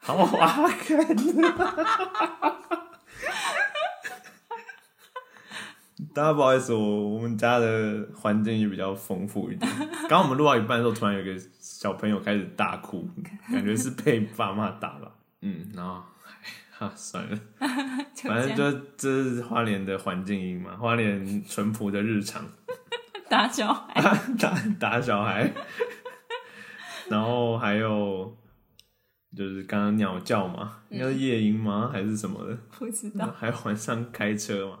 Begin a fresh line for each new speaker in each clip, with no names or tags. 好挖坑。 大家不好意思，我我们家的环境也比较丰富一 点。刚刚我们录到一半的时候，突然有一个小朋友开始大 哭，感觉是被爸妈打吧。嗯，然后唉啊算了，
就
反正
这样
就这是花莲的环境音嘛，花莲淳朴的日常。
打小孩。
打 打小孩，然后还有就是刚刚鸟叫嘛，应该是夜莺吗？还是什么的？
不知
然
道
后还有晚上开车嘛？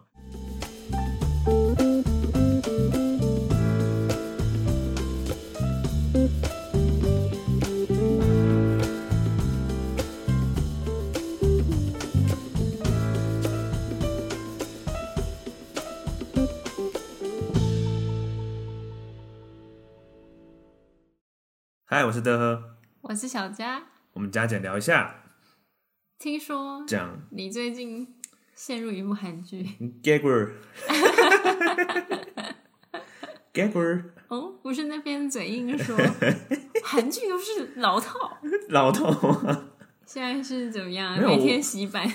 嗨，我是德呵，
我是小佳。
我们加减聊一下，
听说
讲
你最近陷入一部韩
嗯
剧
Gagger。Gagger
哦，不是那边嘴硬 说韩剧都是老套，
老头啊，
现在是怎么样？
没有
每天洗版，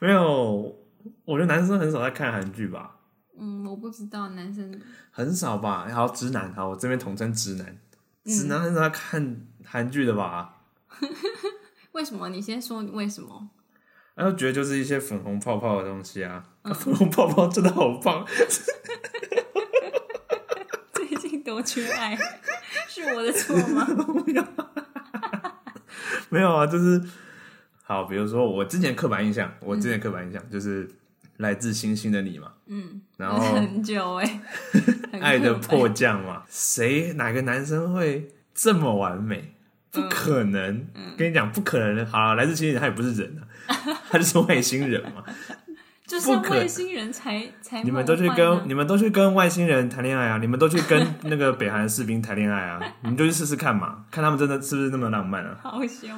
没有，我觉得男生很少在看韩剧吧，
嗯，我不知道男生
很少吧。好，直男，好，我这边统称直男，直男很少在看韩剧的吧？
为什么。你先说你为什么？
然后觉得就是一些粉红泡泡的东西啊，粉红泡泡真的好棒，
最近多 缺爱，是我的错吗？
没有啊，就是好，比如说我之前刻板印象，我之前刻板印象就是来自星星的你嘛，
嗯，
然后
很久哎、很
爱的
刻
迫
板
降嘛，谁哪个男生会这么完美？不
嗯
可能！跟你讲，不可能。好了，来自星星人他也不是人啊，他就是外星人
哎
嘛。
就是
不可
外星人才才
你们
梦
都去
幻啊
跟你们都去跟外星人谈恋爱啊，你们都去跟那个北韩士兵谈恋爱啊，你们就去试试看嘛，看他们真的是不是那么浪漫啊？
好凶，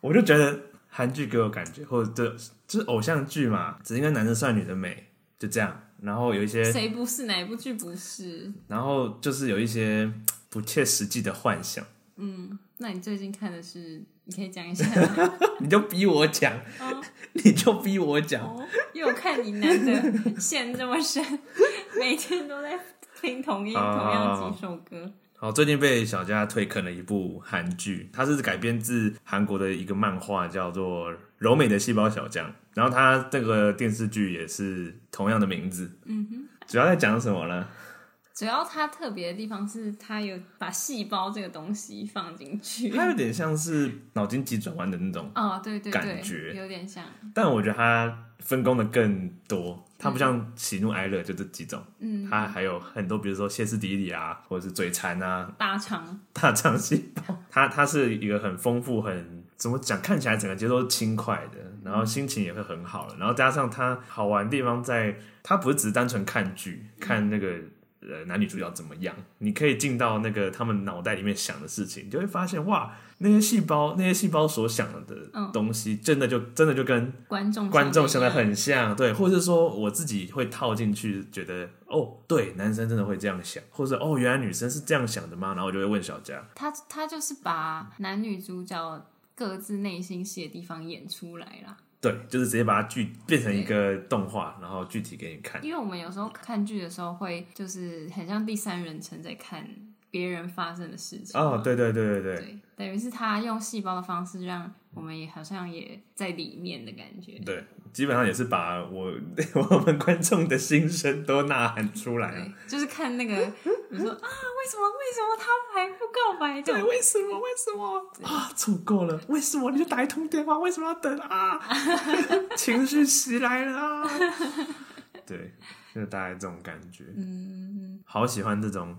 我就觉得韩剧给我感觉，或者就是偶像剧嘛，只应该男的帅，女的美，就这样。然后有一些，
谁不是哪一部剧不是？
然后就是有一些不切实际的幻想。
嗯，那你最近看的是？你可以讲一下
你就逼我讲， 你就逼我讲。
哦，因为我看你男的陷这么深， 每天都在听同一同
好
样几首歌。
好，最近被小佳推坑了一部韩剧，它是改编自韩国的一个漫画，叫做《柔美的细胞小将》，然后它这个电视剧也是同样的名字。嗯哼，主要在讲什么呢？
主要它特别的地方是，它有把细胞这个东西放进去。
它有点像是脑筋急转弯的那种，
哦，对对
感觉
对，有点像。
但我觉得它分工的更多，它不像喜怒哀乐就这几种，
嗯，
它还有很多，比如说歇斯底里啊，或者是嘴馋啊，
大肠
大肠细胞，它它是一个很丰富、很怎么讲，看起来整个节奏轻快的，然后心情也会很好了，然后加上它好玩的地方在，它不是只是单纯看剧，看那个呃男女主角怎么样，你可以进到那个他们脑袋里面想的事情，你就会发现哇，那些细胞那些细胞所想的东西，真的就真的就跟
观众
观众想的
的一样
很像，对，或者说我自己会套进去，觉得哦，对，男生真的会这样想，或者哦，原来女生是这样想的吗？然后我就会问小佳，
他他就是把男女主角各自内心戏的地方演出来啦。
对，就是直接把它具变成一个动画，然后具体给你看。
因为我们有时候看剧的时候，会就是很像第三人称在看别人发生的事情。
哦，对对对对对
对，等于是他用细胞的方式，让我们也好像也在里面的感觉。
对，基本上也是把我 我们观众的心声都呐喊出来了。
对，就是看那个，你说啊，为什么为什么他还不告白？这
对，
种
为什么？为什么啊？错过了，为什么？你就打一通电话，为什么要等啊？ 情绪袭来了啊！ 对，就大概这种感觉。嗯，好喜欢这种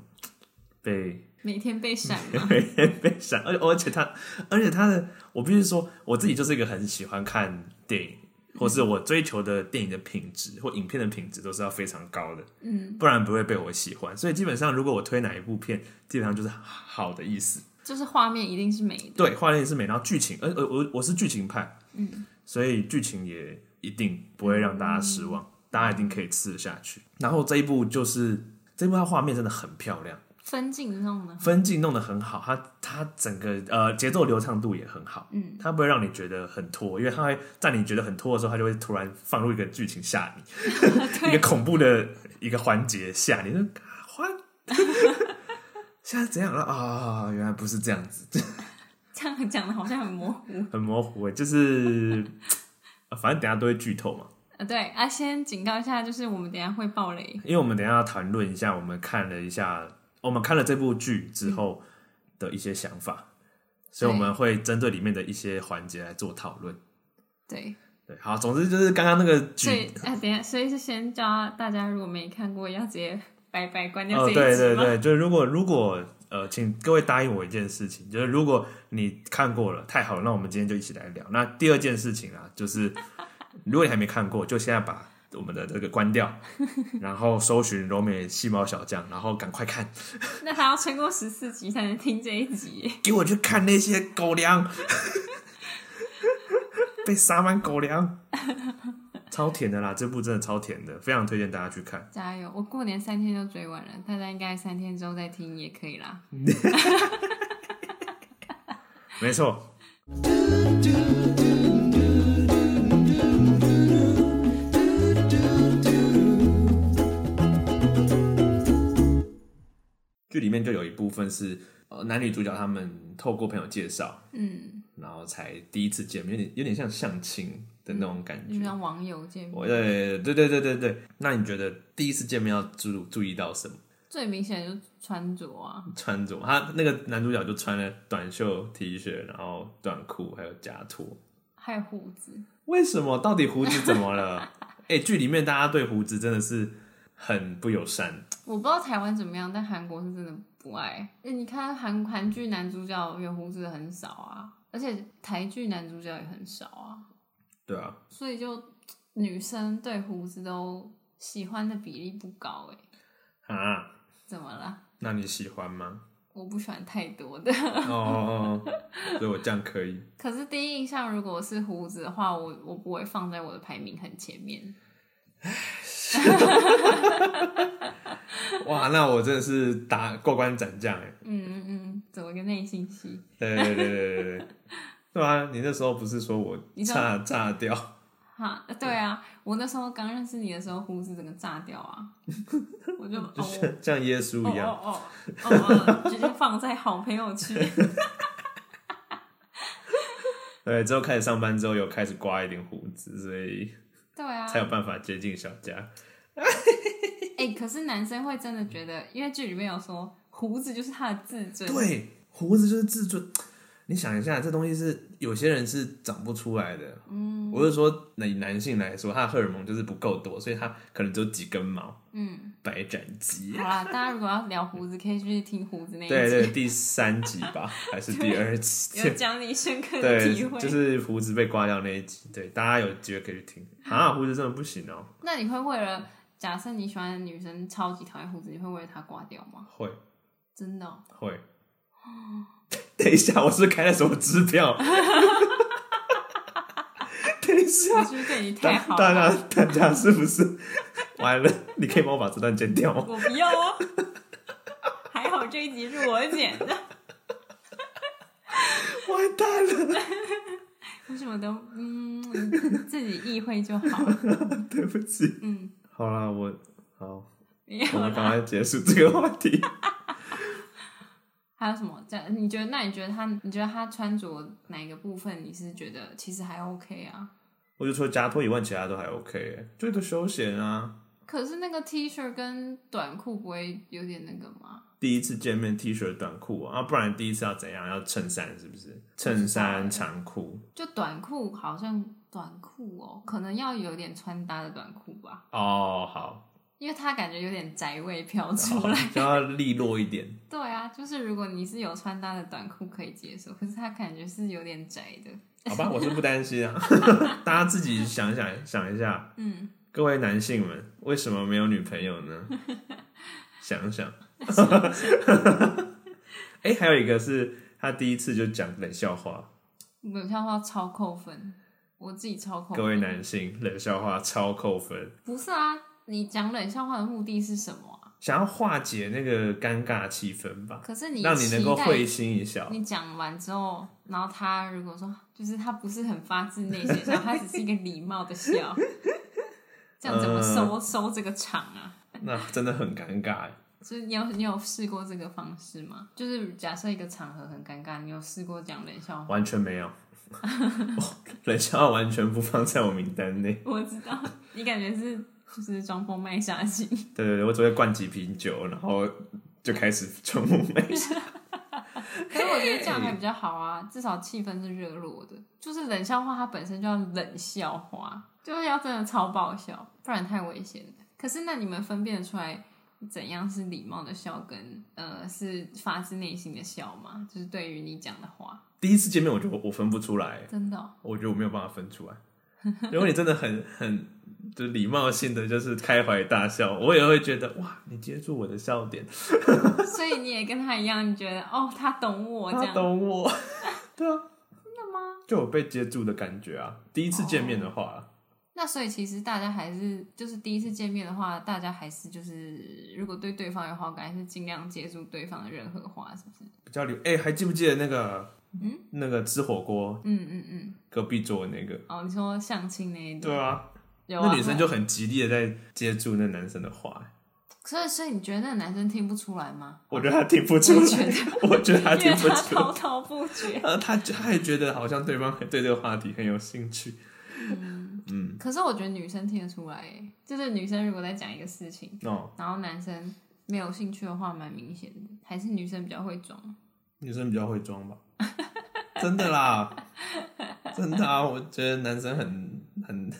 被
每天被闪嘛，
被被闪，而而且他，而且他的，我必须说，我自己就是一个很喜欢看电影，或是我追求的电影的品质或影片的品质都是要非常高的，嗯，不然不会被我喜欢。所以基本上，如果我推哪一部片，基本上就是好的意思。
就是画面一定是美的。
对，画面也是美，然后剧情，呃呃，我我是剧情派，嗯，所以剧情也一定不会让大家失望，大家一定可以吃得下去。然后这一部就是这一部它画面真的很漂亮，
分镜弄的，
分镜弄得很好，它它整个呃节奏流畅度也很好，
嗯，
它不会让你觉得很拖，因为它会在你觉得很拖的时候，它就会突然放入一个剧情吓你， 一个恐怖的一个环节吓你，就欢， 现在怎样了啊、原来不是这样子，
这样讲的好像很模糊。
很模糊欸，就是 呃反正等一下都会剧透嘛，
呃，对啊，先警告一下，就是我们等一下会爆雷，
因为我们等一下要谈论一下我们看了一下，我们看了这部剧之后的一些想法，所以我们会针对里面的一些环节来做讨论。
对，
对，好，总之就是刚刚那个
所以
剧，
啊，等一下，所以是先教大家，如果没看过，要直接拜拜关掉
哦，
这一
对
集
对
吗？
对，就是如果如果呃，请各位答应我一件事情，就是如果你看过了，太好了，那我们今天就一起来聊。那第二件事情啊， 就是如果你还没看过，就现在把我们的这个关掉，然后搜寻柔美细胞小将，然后赶快看。
那他要撑过十四集才能听这一集。
给我去看那些狗粮， 被撒满狗粮，超甜的啦！这部真的超甜的，非常推荐大家去看。
加油！我过年三天就追完了，大家应该三天之后再听也可以啦。
没错，剧里面就有一部分是呃男女主角他们透过朋友介绍，
嗯，
然后才第一次见面，有点有点像相亲的那种感觉。
就像网友见面，
我对对对对对对，那你觉得第一次见面要注注意到什么
最明显的就是穿着啊，
穿着？他那个男主角就穿了短袖 T 恤，然后短裤，还有夹拖。
还有胡子。
为什么？到底胡子怎么了？ 哎、剧里面大家对胡子真的是很不友善。
我不知道台湾怎么样，但韩国是真的不爱。欸你看韩韩剧男主角有胡子的很少啊，而且台剧男主角也很少啊，
对啊，
所以就女生对胡子都喜欢的比例不高哎、
啊，
怎么啦？
那你喜欢吗？
我不喜欢太多的，
哦哦哦，所以我这样可以。
可是第一印象如果是胡子的话，我我不会放在我的排名很前面。
哇，那我真的是打过关斩将哎。
嗯嗯嗯，走一个内心戏。
对对对对对对，对啊，你那时候不是说我
你知
炸
道
炸掉？
哈，呃对啊，我那时候刚认识你的时候，胡子整个炸 掉啊，我就
就
哦
像像耶稣一样，
哦哦哦哦，直接放在好朋友区。
对，之后开始上班之后有开始刮一点胡子，所以
对啊，
才有办法接近小佳。
哎、可是男生会真的觉得，因为剧里面有说胡子就是他的自尊，，
对，胡子就是自尊。你想一下，这东西是有些人是长不出来的。嗯，我是说，以男性来说，他的荷尔蒙就是不够多，所以他可能只有几根毛，
嗯，
白斩鸡
好。啦，大家如果要聊胡子，可以去听胡子那一集，
对对，第三集吧，还是第二集？
有讲你深刻的体
对，
会。
就是胡子被刮掉那一集。对，大家有机会可以去 听啊，胡子真的不行哦、
那你会为了假设你喜欢的女生超级讨厌胡子，你会为了她刮掉吗？
会。
真的哦、
会。 等一下，我是不是开了什么支 票？等一下，
我是不是对你太好
大
了？
家大家是不是完了？你可以帮我把这段剪掉吗？
我不要哦。 还好这一集是我剪的，
完蛋了，
我什么都嗯，自己意会就好了。
对不起。
嗯，
好啦，我好，
没有
我们赶
啦。
快结束这个话题。
还有什么？这样你觉得？那你觉得他？你觉得他穿着哪一个部分？你是觉得其实还 OK 啊？
我就除了夹拖以外，其他都还 OK，欸就一个休闲啊。
可是那个 T 恤跟短裤不会有点那个吗？
第一次见面，T 恤短裤啊，啊不然第一次要怎样？要衬衫是不是？衬衫长裤
就短裤好像短裤哦，可能要有点穿搭的短裤吧，
哦，好，
因为他感觉有点宅味
哦
飘 出来。
就要利落一点。
对啊，就是如果你是有穿搭的短裤可以接受，可是他感觉是有点宅的。
好吧，我是不担心 啊，大家自己想想想一下，
嗯，
各位男性们，为什么没有女朋友 呢？想想，哎、还有一个是他第一次就讲冷笑话，
冷笑话超扣分，我自己超扣分。
各位男性冷笑话超扣分，
不是啊，你讲冷笑话的目的是什么啊？
想要化解那个尴尬气氛吧，
可是你
让你能够
期待
会心一笑。
你讲完之后，然后他如果说，就是他不是很发自内心的笑，他只是一个礼貌的笑， 这样怎
呃
么收、收这个场啊？
那真的很尴尬。欸
所以你有你有试过这个方式吗？就是假设一个场合很尴尬，你有试过讲冷笑话？
完全没有，哦冷笑话完全不放在我名单内。
我知道， 你感觉是就是装疯卖傻型，
对对对，我只会灌几瓶酒，然后就开始春梦美。
可是我觉得这样还比较好 啊，至少气氛是热络的。就是冷笑话它本身就要冷笑话，就是要真的超爆笑，不然太危险了。可是那你们分辨得出来怎样是礼貌的笑跟呃是发自内心的笑吗？就是对于你讲的话，
第一次见面，我觉得我分不出来，
真的哦、
我觉得我没有办法分出 来。如果你真的很很就礼貌性的就是开怀大笑，我也会觉得哇，你接住我的笑点，
所以你也跟他一样，你觉得哦他懂我这
他
样，
懂 我，对啊，
真的吗？
就有被接住的感觉啊。第一次见面的话啊，
那所以其实大家还是就是第一次见面的话，大家还是就是如果对对方有好感，还是尽量接住对方的任何话，是不是？
比较流。哎、还记不记得那个
嗯
那个吃火锅
嗯嗯嗯。
隔壁桌的那个？
哦，你说相亲那一段，
对啊，
有啊
那女生就很极力的在接住那男生的话，
所以所以你觉得那个男生听不出 来吗？
我觉得他听不出
我觉
来，
得，
我觉得他
因
听
为
不
他
出来
滔。滔不绝。
呃，他他也觉得好像对方对这个话题很有兴趣，
可是我觉得女生听得出来耶，就是女生如果在讲一个事情，
哦，
然后男生没有兴趣的话，蛮明显的，还是女生比较会装。
女生比较会装吧，真的啦，真的啊，我觉得男生很很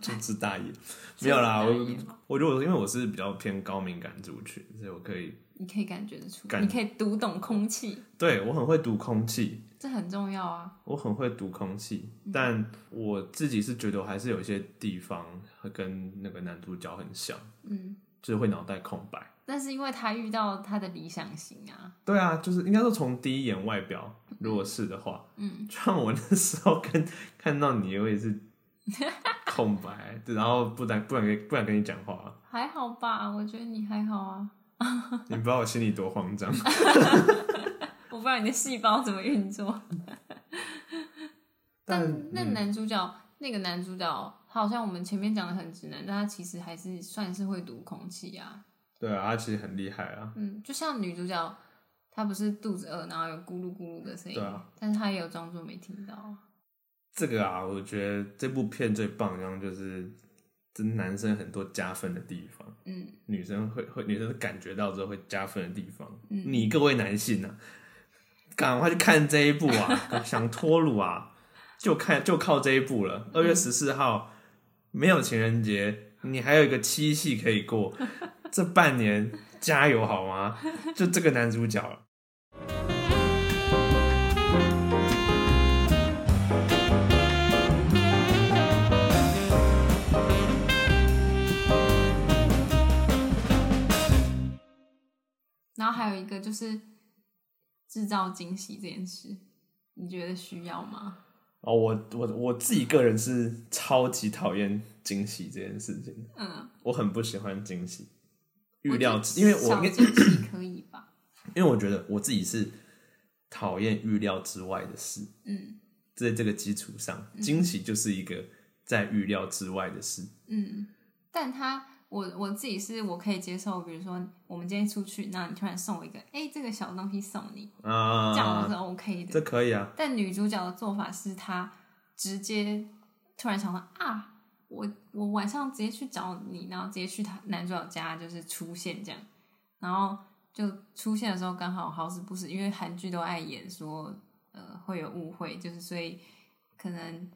粗枝大叶，没有啦，
所以
我
你觉得
我觉得我因为我是比较偏高敏感族群，所以我可以，
你可以感觉得出，
感
你可以读懂空气，
对我很会读空气，
这很重要啊。
我很会读空气，但我自己是觉得我还是有一些地方会跟那个男主角很像，
嗯，
就是会脑袋空白。
但是因为他遇到他的理想型啊，
对啊，就是应该说从第一眼外表，如果是的话，
嗯，
就 像我那时候跟看到你，我也是空白，然后不敢不敢跟不敢跟你讲话，啊
还好吧？我觉得你还好啊，
你不知道我心里多慌张。
我不知道你的细胞怎么运作。 但那
嗯
男主角，那个男主角，好像我们前面讲的很直男，但他其实还是算是会读空气啊。
对啊，他其实很厉害啊，
嗯，就像女主角，她不是肚子饿，然后有咕噜咕噜的声音，
对啊
但是她也有装作没听到啊。
这个啊，我觉得这部片最棒的地方就是，这男生很多加分的地方。
嗯，
女生会会女生感觉到之后会加分的地方。
嗯
你各位男性啊，赶快去看这一部啊！ 想脱乳啊，就看就靠这一部了。二
嗯
月十四号、没有情人节，你还有一个七夕可以 过，这半年加油好吗？就这个男主角了。
然后还有一个就是制造惊喜这件事，你觉得需要吗？
哦，我我我自己个人是超级讨厌惊喜这件事情，
嗯，
我很不喜欢惊喜。
我
预
觉
料
得，
因为我
哦小
应该
惊喜可以吧？
因为我觉得我自己是讨厌预料之外的事，
嗯
在这个基础上，惊喜就是一个在预料之外的事。
嗯，但他我我自己是我可以接受，比如说我们今天出去，那你突然送我一个，哎、这个小东西送你，这样我是
啊，
OK 的。
这可以啊，
但女主角的做法是她直接突然想到啊，我我晚上直接去找你，然后直接去他男主角家，就是出现这样，然后就出现的时候刚好好死不死，因为韩剧都爱演说呃会有误会，就是所以可能。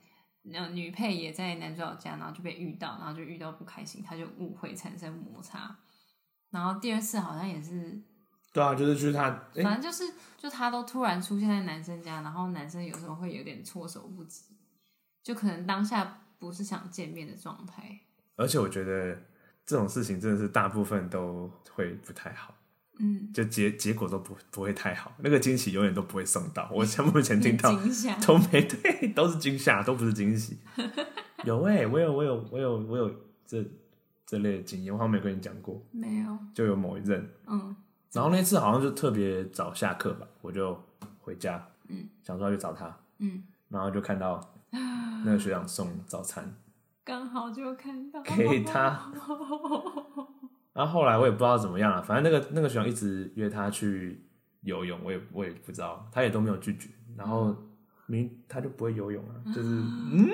呃，女配也在男主角家，然后就被遇到，然后就遇到不开心，他就误会产生摩擦。然后第二次好像也是
对啊，就是就是他，哎、
反正就是，就他都突然出现在男生家，然后男生有时候会有点措手不及，就可能当下不是想见面的状态。
而且我觉得这种事情真的是大部分都会不太好，
嗯，
就结结果都不不会太好，那个惊喜永远都不会送到。我像目前听
很
到
惊吓。
都没对， 欸都是惊吓，都不是惊喜。有哎、我有我有我有我有这这类的经验，我好像没跟你讲过，
没有，
就有某一任，
嗯
然后那次好像就特别早下课吧，我就回家，
嗯，
想说要去找他，
嗯，
然后就看到 那个学长送早餐，
刚哦好哦就看到
给他，然后后来我也不知道怎么样了，反正那个那个学长一直约他去游泳，我也我也不知道，他也都没有拒绝，然后明他就不会游泳啊，就是嗯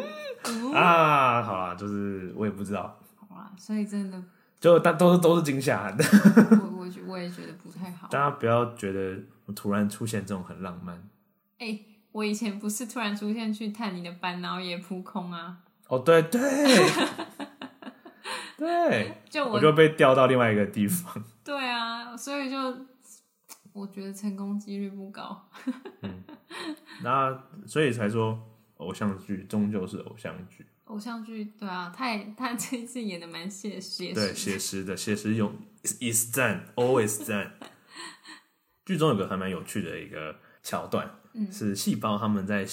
啊，好啦，就是我也不知道，
好啦，所以真的，
就大都是都是惊吓，啊
我我觉我也觉得不太 好。
大家不要觉得我突然出现这种很浪漫。
哎、我以前不是突然出现去探你的班，然后也扑空啊，
哦，对对 对，
就我
我就被调到另外一个地方。
对啊，所以就我觉得成功几率不高。
那所以才说，偶像剧终究是偶像剧，
偶像剧对啊，他也他这一次演的蛮写实，
对，写实的，写实永 is赞，always 赞。 剧中有个还蛮有趣的一个桥段，
嗯
是细胞他们在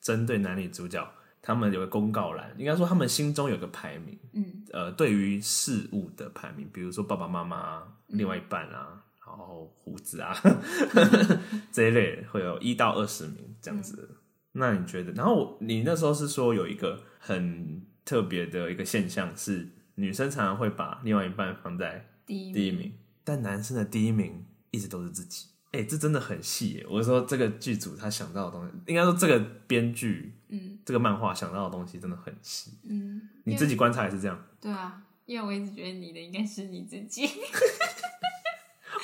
针对男女主角，他们有个公告栏，应该说他们心中有个排名，
嗯
呃，对于事物的排名，比如说爸爸妈妈啊、另外一半啊，然后胡子 啊 这一类，会有一到二十名这样子的。那你觉得？然后我你那时候是说有一个很特别的一个现象是，女生常常会把另外一半放在
第一
第一
名
名，但男生的第一名一直都是自己。哎、这真的很细耶！我说这个剧组他想到的东西，应该说这个编剧、
嗯
这个漫画想到的东西真的很细。
嗯，
你
因为
自己观察也是这样。
对啊，因为我一直觉得你的应该是你自己，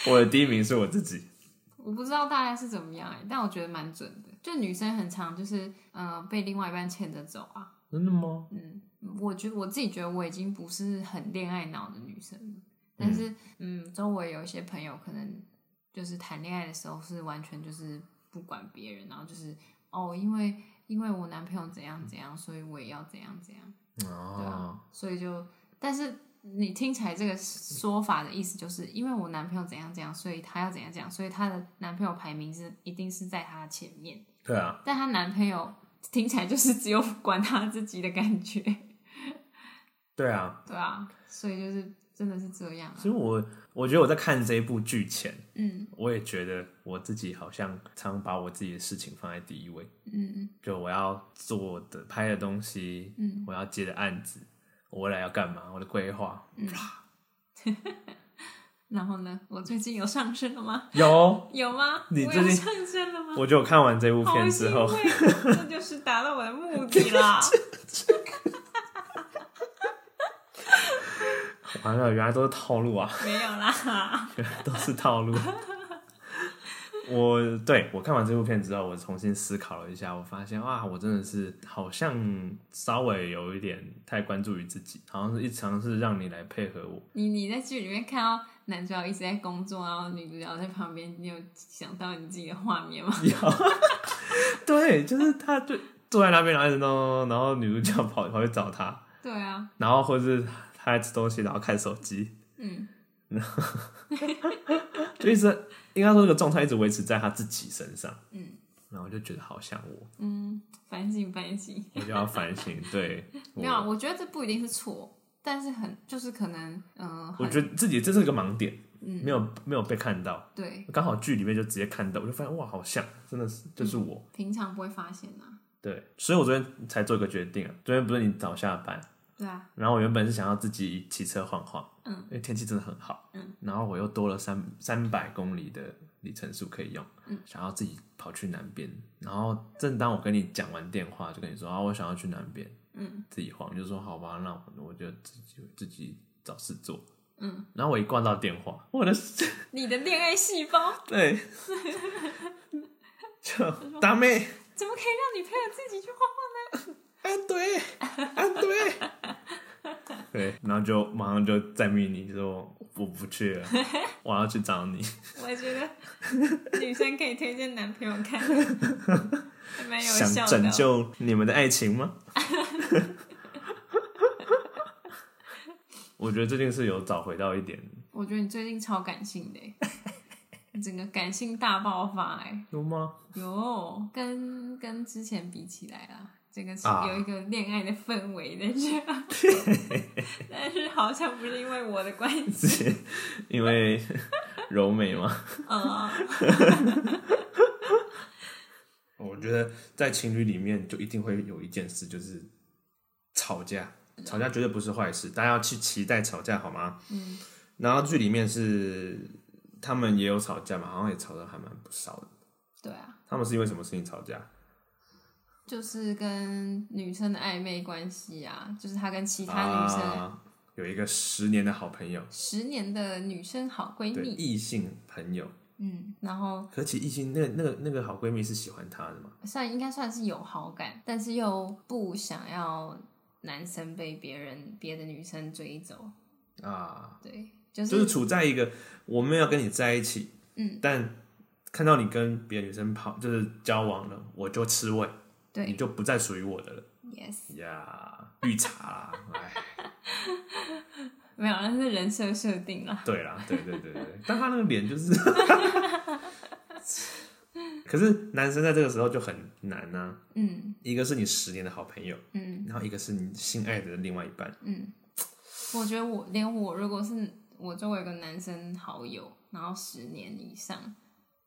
我的第一名是我自己。
我不知道大家是怎么样哎、但我觉得蛮准的。就女生很常就是呃被另外一半牵着走啊，
真的吗？
嗯，我觉得我自己觉得我已经不是很恋爱脑的女生了，但是嗯，周围有一些朋友可能就是谈恋爱的时候是完全就是不管别人，然后就是哦，因为因为我男朋友怎样怎样，所以我也要怎样怎样，对
哦
啊，，所以就但是你听起来这个说法的意思就是，因为我男朋友怎样怎样，所以他要怎样怎样，所以她的男朋友排名是一定是在她前面，
对啊，
但她男朋友听起来就是只有 管她自己的感觉。
对啊。
对啊，所以就是真的是这样啊
所。以我我觉得我在看这一部剧前，
嗯
我也觉得我自己好像常把我自己的事情放在第一位，
嗯
就我要做的、拍的东西，
嗯
我要接的案子，我未来要干嘛，我的规 划
嗯。然后呢？我最近有上升了吗？
有。
有吗？
你
我
最
有
近
上升了吗？
我觉得我看完这部
好
片哦
欣
之
慰
后，，
这就是达到我的目的啦。
完了，原来都是套路啊，
没有啦，
原 来都是套路。我对我看完这部片之后，我重新思考了一下，我发现哇，我真的是好像稍微有一点太关注于自己，好像是一尝试让你来配合我。
你你在剧里面看到男主角一直在工作，然后女主角在旁边，你有想到你自己的画 面吗？
对，就是他就坐在那边，然后一直弄弄弄，然后女主角跑跑去找他，
对啊，
然后或者是他在吃东西，然后看手机，
嗯
就一直应该说这个状态一直维持在他自己身上，
嗯
然后我就觉得好像我，
嗯，反省反省。
我就要反省。对，
没有啊，
我
我觉得这不一定是错，但是很就是可能，嗯、
我
很
觉得自己这是个盲点，
嗯
没有没有被看到。
对，
刚好剧里面就直接看到，我就发现哇，好像真的是就是
嗯
我。
平常不会发现啊。
对，所以我昨天才做一个决定啊。昨天不是你早下班，
对啊，
然后我原本是想要自己骑车晃晃，
嗯
因为天气真的很好，
嗯，
然后我又多了三三百公里的里程数可以用，
嗯，
想要自己跑去南边。然后正当我跟你讲完电话，就跟你说啊，我想要去南边
嗯
自己晃，你就说好吧，那我我就自己自己找事做。
嗯，
然后我一挂到电话，我的
你的恋爱细胞
对，就 大妹，
怎么可以让女朋友自己去晃晃呢？
安对，安对，对，然后就马上就再密你，就说我不去 了，我要去找你，
我觉得女生可以推荐男朋友看，还蛮有
想
效的
拯
哦、
救你们的爱情 吗？我觉得这件事有找回到一点，
我觉得你最近超感性的耶，你整个感性大爆发哎、
有吗？
有跟跟之前比起来啦，这个
啊
有一个恋爱的氛围在这， 但是好像不是因为我的关系，
是因为柔美吗？
嗯，
我觉得在情侣里面就一定会有一件事，就是吵架。吵架绝对不是坏事，大家要去期待吵架，好吗？嗯。然后剧里面是他们也有吵架嘛，好像也吵得还蛮不少的。
对啊，
他们是因为什么事情吵架？
就是跟女生的暧昧关系啊，就是他跟其他女生
啊、有一个十年的好朋友，
十年的女生好闺
对
蜜，
异性朋友，
嗯，然后
可其实异性那那个那个好闺蜜是喜欢他的嘛？
算应该算是有好感，但是又不想要男生被别人别的女生追走，
啊，
对，就是、
就是处在一个我没有跟你在一起，
嗯，
但看到你跟别的女生跑，就是交往了，我就吃味，你
对
就不再属于我的了
，yes，
呀，绿茶啦，哎，
没有，那是人设设定啦，
对啦，对对对对，但他那个脸就是， 可是男生在这个时候就很难呐、啊
嗯
一个是你十年的好朋友，
嗯
然后一个是你心爱的另外一半，
嗯，我觉得我连我如果是我周围有个男生好友，然后十年以上，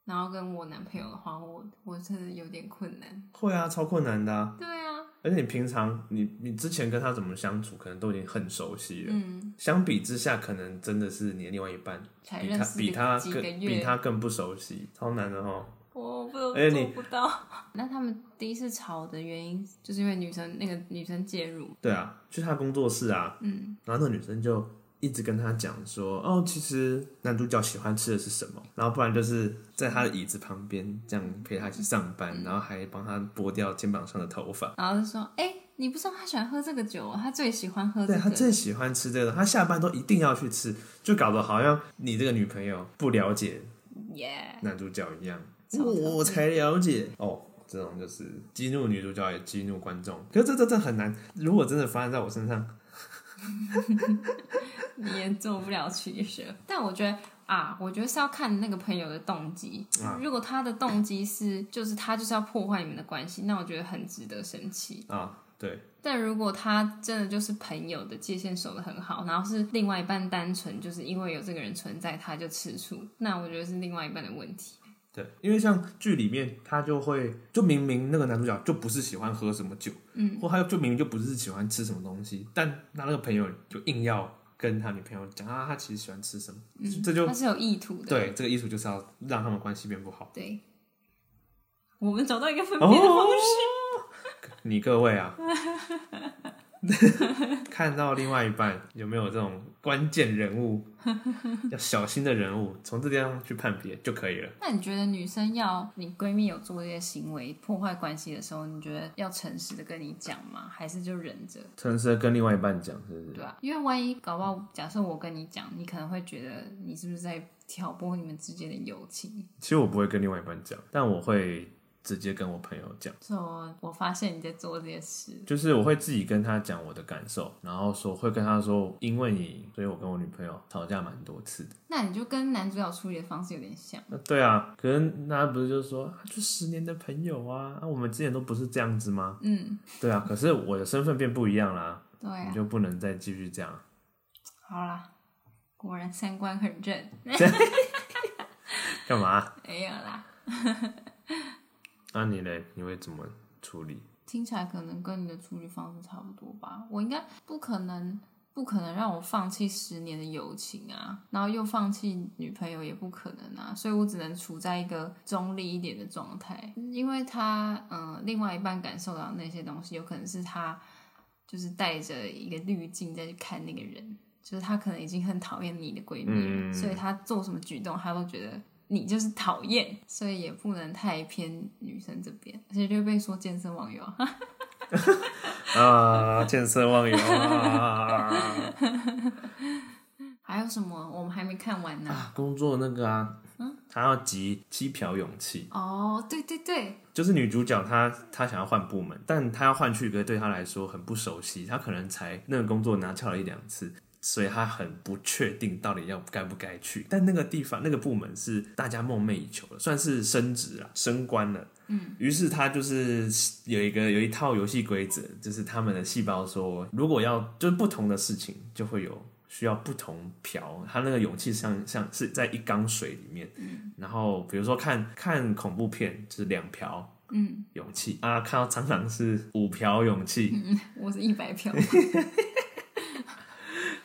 然后跟我男朋友的话，我我真的有点困难，
会啊，超困难的、啊，
对啊，
而且你平常你你之前跟他怎么相处，可能都已经很熟悉了，
嗯，
相比之下，可能真的是你的另外一半
才
比
认
他
识
比他
几
更
个
比
月，
他更不熟悉，超难的哦。
我不做
哎你
不到。 那他们第一次吵的原因，就是因为女生那个女生介入，
对啊，去他工作室啊，
嗯，
然后那女生就一直跟他讲说，哦，其实男主角喜欢吃的是什么，然后不然就是在他的椅子旁边这样陪他一起上班，
嗯
然后还帮他拨掉肩膀上的头发。
然后就说：“哎、你不知道他喜欢喝这个酒哦，他最喜欢喝这
对
个。
他最喜欢吃这个，他下班都一定要去吃，就搞得好像你这个女朋友不了解
Yeah，
男主角一样。
超讨厌
嗯我才了解哦，这种就是激怒女主角也激怒观众。可是这这这很难，如果真的发生在我身上，
你也做不了取舍。但我觉得啊，我觉得是要看那个朋友的动机。
啊
如果他的动机是，就是他就是要破坏你们的关系，那我觉得很值得生气。
啊，对，
但如果他真的就是朋友的界限守得很好，然后是另外一半单纯就是因为有这个人存在他就吃醋，那我觉得是另外一半的问题。
对，因为像剧里面他就会，就明明那个男主角就不是喜欢喝什么酒，
嗯，
或他就明明就不是喜欢吃什么东西，但他那个朋友就硬要跟他女朋友讲啊，他其实喜欢吃什么，这就
他是有意图的。
嗯对这个艺术就是要让他们关系变不好。
对我们找到一个
哦
分辨的方式。
你各位啊， 看到另外一半有没有这种关键人物，要小心的人物，从这地方去判别就可以了。
那你觉得女生要你闺蜜有做这些行为破坏关系的时候，你觉得要诚实的跟你讲吗？还是就忍着？
诚实的跟另外一半讲，是不是？
对啊，因为万一搞不好，假设我跟你讲，你可能会觉得你是不是在挑拨你们之间的友情？
其实我不会跟另外一半讲，但我会直接跟我朋友讲，
说我发现你在做这些事，
就是我会自己跟他讲我的感受，然后说会跟他说，因为你，所以我跟我女朋友吵架蛮多次的。
那你就跟男主角处理的方式有点像，
那对啊，可能大家不是就说啊，就十年的朋友啊，啊，我们之前都不是这样子吗？
嗯，
对啊，可是我的身份变不一样啦。
对
你
啊，
就不能再继续这样。
好啦，果然三观很正，
干嘛？
没有啦，
那、你嘞？你会怎么处理？
听起来可能跟你的处理方式差不多吧，我应该不可能。不可能让我放弃十年的友情啊，然后又放弃女朋友也不可能啊，所以我只能处在一个中立一点的状态，因为他嗯、呃另外一半感受到那些东西，有可能是他就是带着一个滤镜再去看那个人，就是他可能已经很讨厌你的闺蜜了，
嗯
所以他做什么举动，他都觉得你就是讨厌，所以也不能太偏女生这边，而且就被说健身网友啊，
啊，见色忘友 啊！
嗯还有什么我们还没看完呢、
啊工作那个啊，
嗯
他要集七瓢勇气，
哦，对对对，
就是女主角她她想要换部门，但她要换去一个对她来说很不熟悉，她可能才那个工作拿翘了一两次。所以他很不确定到底要该不该去。但那个地方那个部门是大家梦寐以求的，算是升职了、升官了。嗯，于是他就是有一个有一套游戏规则，就是他们的细胞说，如果要就是不同的事情，就会有需要不同瓢。他那个勇气像像是在一缸水里面，然后比如说看看恐怖片，就是两瓢
嗯，
勇气啊，看到蟑螂是五瓢勇气，
我是一百票，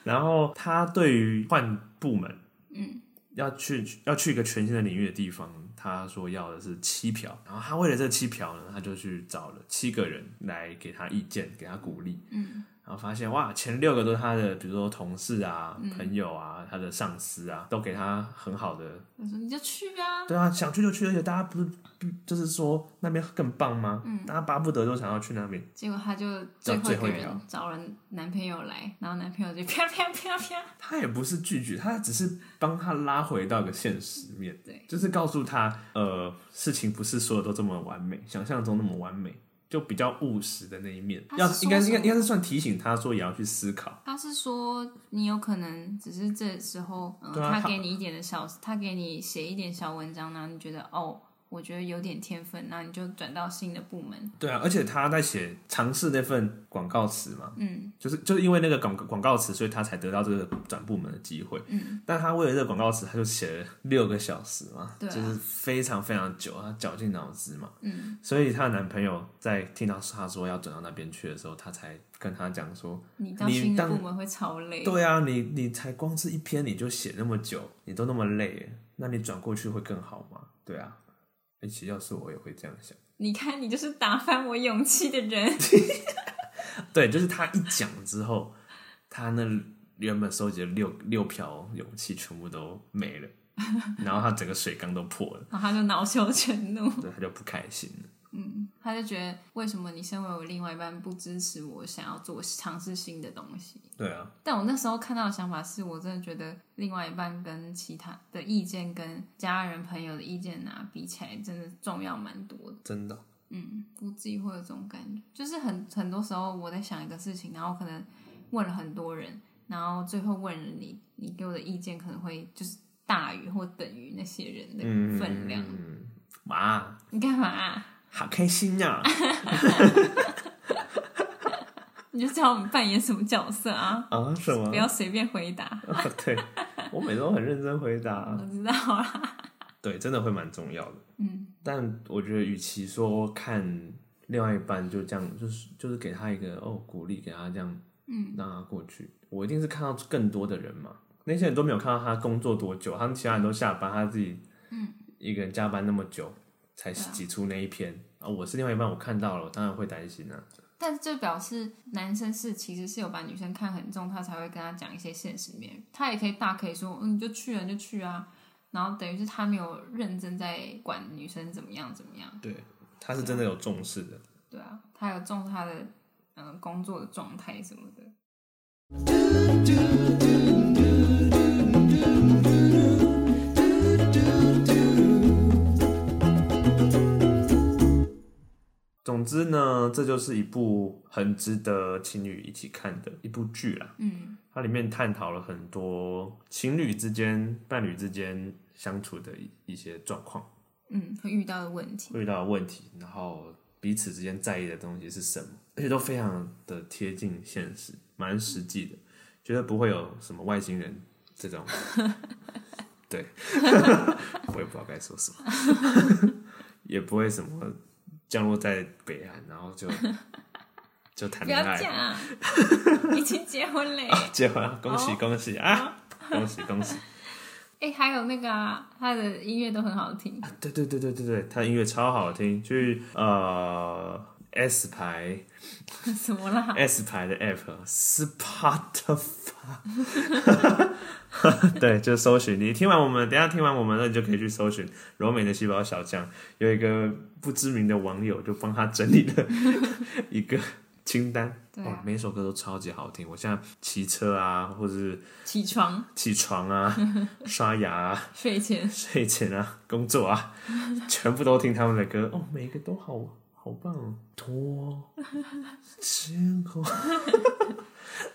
然后他对于换部门，嗯，要去要去一个全新的领域的地方，他说要的是七票。然后他为了这七票呢，他就去找了七个人来给他意见，给他鼓励。
嗯，
然后发现哇，前六个都是他的，比如说同事啊、
嗯
朋友啊、他的上司啊，都给他很好的
我说你就去 啊，
对啊，想去就去，而且大家不是不就是说那边更棒吗？嗯，大家巴不得都想要去那边。
结果她就最后一
最后
个
一条
人找了男朋友来，然后男朋友就 啪啪啪啪，
他也不是拒绝，他只是帮他拉回到一个现实面，
对，
就是告诉他，呃，事情不是所有都这么完美，想象中那么完美，就比较务实的那一面，
他
要
是
应该
说
应该
什么
应该是算提醒他说也要去思考，
他是说你有可能只是这时候，嗯、
对啊
他
他
给你一点的小，他给你写一点小文章，然后你觉得哦，我觉得有点天分，那你就转到新的部门。
对啊，而且他在写尝试那份广告词嘛，
嗯
就是就是因为那个广广告词，所以他才得到这个转部门的机会。
嗯，
但他为了这个广告词，他就写了六个小时嘛，
对啊
就是非常非常久，他绞尽脑汁嘛。
嗯，
所以她的男朋友在听到她说要转到那边去的时候，他才跟她讲说
你到
你
新的
当
部门会超：“累。
对啊，你你才光是一篇你就写那么久，你都那么累了，那你转过去会更好吗？”对啊，而且要是我也会这样想。
你看，你就是打翻我勇气的人。
对，就是他一讲之后，他那原本收集的六六瓢勇气全部都没了，然后他整个水缸都破了，
然后他就恼羞成怒，
对他就不开心了。
他就觉得为什么你身为我另外一半不支持我想要做尝试新的东西？
对啊，
但我那时候看到的想法是我真的觉得另外一半跟其他的意见跟家人朋友的意见啊比起来，真的重要蛮多的。
真的。
嗯，我自己会有这种感觉，就是很很多时候我在想一个事情，然后可能问了很多人，然后最后问了你，你给我的意见可能会就是大于或等于那些人的
嗯，
分量。
嗯，哇，
你干嘛、啊
好开心啊呀、
你就叫我们扮演什么角色啊？
啊！什么？
不要随便回答。
啊， 对，我每次都很认真回答啊
我。知道啦。
对，真的会蛮重要的。
嗯，
但我觉得，与其说看另外一半就这样，就是就是给他一个哦鼓励，给他这样，嗯，让他过去。我一定是看到更多的人嘛，那些人都没有看到他工作多久，他们其他人都下班，他自己
嗯
一个人加班那么久才
对啊
挤出那一篇啊、我是另外一半，我看到了，我当然会担心啊。
但是这表示男生是其实是有把女生看很重，他才会跟他讲一些现实面。他也可以大可以说，嗯，你就去啊，你就去啊。然后等于是他没有认真在管女生怎么样怎么样，
对，他是真
啊
的有重视的。
对啊，他有重视他的嗯、呃工作的状态什么的。
总之呢，这就是一部很值得情侣一起看的一部剧啦。
嗯，
它里面探讨了很多情侣之间、伴侣之间相处的一一些状况，
嗯，会遇到的问题。
会遇到的问题，然后彼此之间在意的东西是什么，而且都非常的贴近现实，蛮实际的，绝对不会有什么外星人这 种。对， 我也不知道该说什么， 也不会什么降落在北岸，然后 就就谈
不
恋
要
爱。
讲，已经结婚嘞。
啊， 结婚了，恭喜
哦
恭喜啊！恭喜恭喜！
哎、还有那个、啊、他的音乐都很好听，
对对对对对对，他的音乐超好听，去呃 S 牌
什么啦？
S 牌的 App，Spotify，对，就搜寻。你听完我们，等一下听完我们，那你就可以去搜寻柔美的细胞小将。有一个不知名的网友就帮他整理了一个清单，
对
哇
啊，
每首歌都超级好听。我现在骑车啊，或者是
起床、
起床啊、刷牙啊。
睡 前，
睡前啊、工作啊，全部都听他们的歌哦，每一个都好好好棒哦！多天空， 哒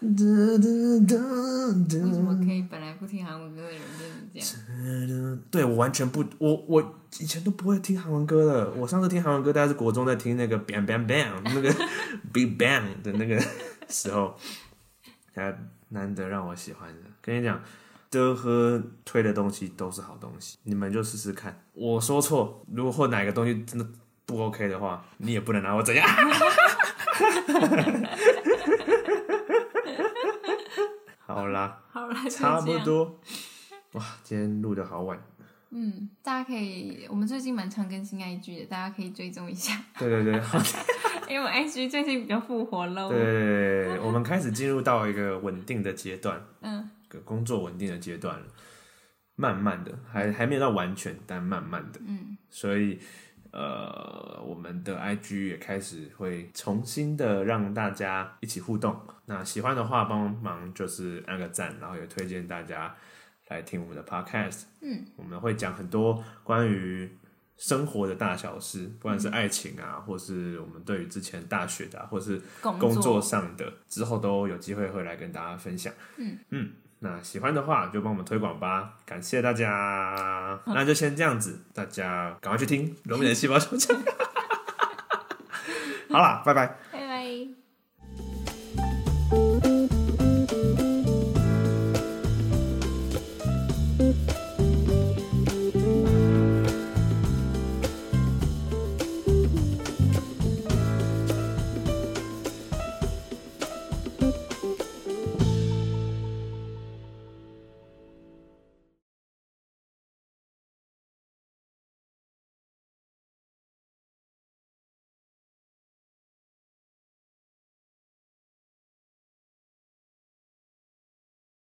哒哒
为什
哒
么可以本来不听韩文歌的人变成这样？
对我完全不，我我以前都不会听韩文歌的。我上次听韩文歌，大概是国中在听那个 Bang Bang Bang 那个 Big Bang 的那个时候，才难得让我喜欢的。跟你讲，德和推的东西都是好东西，你们就试试看。我说错，如果或哪个东西真的不 OK 的话，你也不能拿我怎样。 好啦，
好啦，就这样
差不。多。哇，今天录的好晚。
嗯，大家可以，我们最近蛮常更新 IG 的，大家可以追踪一下，
对对对，好
因为我 IG 最近比较复活喽。
对，我们开始进入到一个稳定的阶段，
嗯，
一个工作稳定的阶段了。慢慢的，还还没有到完全，但慢慢的，
嗯，
所以呃，我们的 IG 也开始会重新的让大家一起互动。那喜欢的话，帮忙就是按个赞，然后也推荐大家来听我们的 Podcast。
嗯，
我们会讲很多关于生活的大小事，不
嗯
管是爱情啊，或是我们对于之前大学的、啊，或是
工
工作上的，之后都有机会会来跟大家分享。
嗯
嗯，那喜欢的话就帮我们推广吧，感谢大家。那就先这样子， 大家赶快去听《龙人细胞小讲》。好啦，拜拜。